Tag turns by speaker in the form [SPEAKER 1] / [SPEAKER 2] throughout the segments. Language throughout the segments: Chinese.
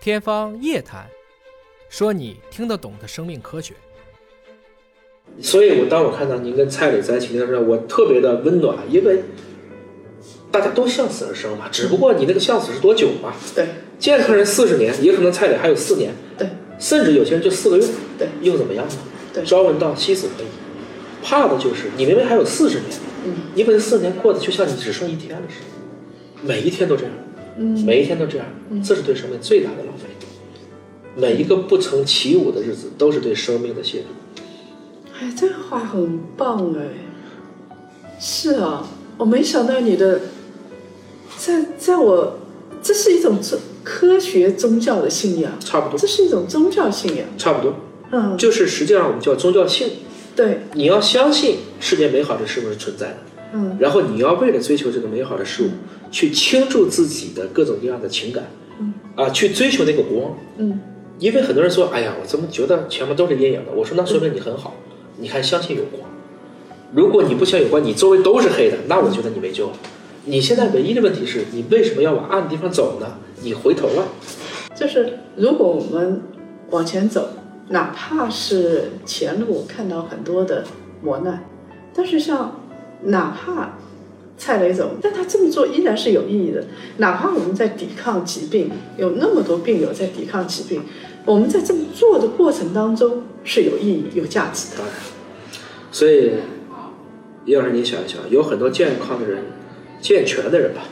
[SPEAKER 1] 天方夜谭，说你听得懂的生命科学。
[SPEAKER 2] 所以我当我看到您跟蔡磊在一起那时候，我特别的温暖，因为大家都向死而生嘛，只不过你那个向死是多久嘛？
[SPEAKER 3] 对
[SPEAKER 2] 见个人四十年，也可能蔡磊还有四年，
[SPEAKER 3] 对
[SPEAKER 2] 甚至有些人就四个月，
[SPEAKER 3] 对，
[SPEAKER 2] 又怎么样呢？
[SPEAKER 3] 对
[SPEAKER 2] 朝闻道，夕死可矣。怕的就是你明明还有四十年，
[SPEAKER 3] 嗯
[SPEAKER 2] 你把这四十年过得就像你只剩一天了似的，每一天都这样，
[SPEAKER 3] 嗯
[SPEAKER 2] 每一天都这样，
[SPEAKER 3] 嗯
[SPEAKER 2] 这是对生命最大的浪费。每一个不曾起舞的日子，都是对生命的亵渎。
[SPEAKER 3] 哎，这个话很棒哎。是啊，我没想到你的，在在我，这是一种宗科学宗教的信仰，
[SPEAKER 2] 差不多
[SPEAKER 3] 这，是一种宗教信仰。
[SPEAKER 2] 差不多，
[SPEAKER 3] 嗯，
[SPEAKER 2] 就是实际上我们叫宗教性。
[SPEAKER 3] 对，
[SPEAKER 2] 你要相信世界美好的事物是存在的，
[SPEAKER 3] 嗯
[SPEAKER 2] 然后你要为了追求这个美好的事物，去倾注自己的各种各样的情感，
[SPEAKER 3] 嗯
[SPEAKER 2] 啊，去追求那个光。
[SPEAKER 3] 嗯
[SPEAKER 2] 因为很多人说，哎呀，我怎么觉得前面都是阴影的？我说那说明你很好，你还相信有光。如果你不相信有光，你周围都是黑的，那我觉得你没救了。你现在唯一的问题是你为什么要往暗的地方走呢？你回头了，
[SPEAKER 3] 就是如果我们往前走，哪怕是前路看到很多的磨难，但是像哪怕蔡雷总，但他这么做依然是有意义的。哪怕我们在抵抗疾病，有那么多病友在抵抗疾病，我们在这么做的过程当中是有意义、有价值的。
[SPEAKER 2] 当然，所以，叶老师，你想一想，有很多健康的人，健全的人吧，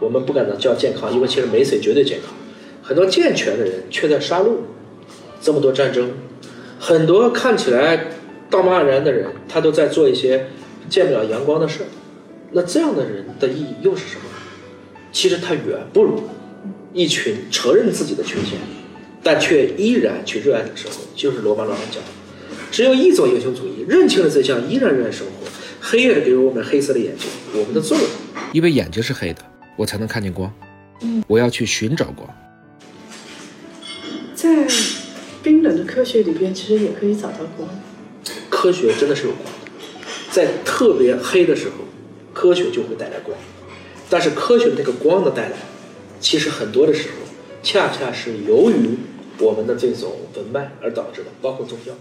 [SPEAKER 2] 我们不敢叫健康，因为其实没谁绝对健康。很多健全的人却在杀戮，这么多战争，很多看起来道貌岸然的人，他都在做一些见不了阳光的事儿。那这样的人的意义又是什么？其实他远不如一群承认自己的缺陷，但却依然去热爱这个生活，就是罗曼·罗兰讲的。只有一种英雄主义，认清了真相，依然热爱生活。黑夜给我们黑色的眼睛，我们的作用，因为眼睛是黑的，我才能看见光。
[SPEAKER 3] 嗯，
[SPEAKER 2] 我要去寻找光。
[SPEAKER 3] 在冰冷的科学里边，其实也可以找到光。
[SPEAKER 2] 科学真的是有光的，在特别黑的时候，科学就会带来光。但是科学的那个光的带来，其实很多的时候，恰恰是由于我们的这种文脉而导致的，包括宗教。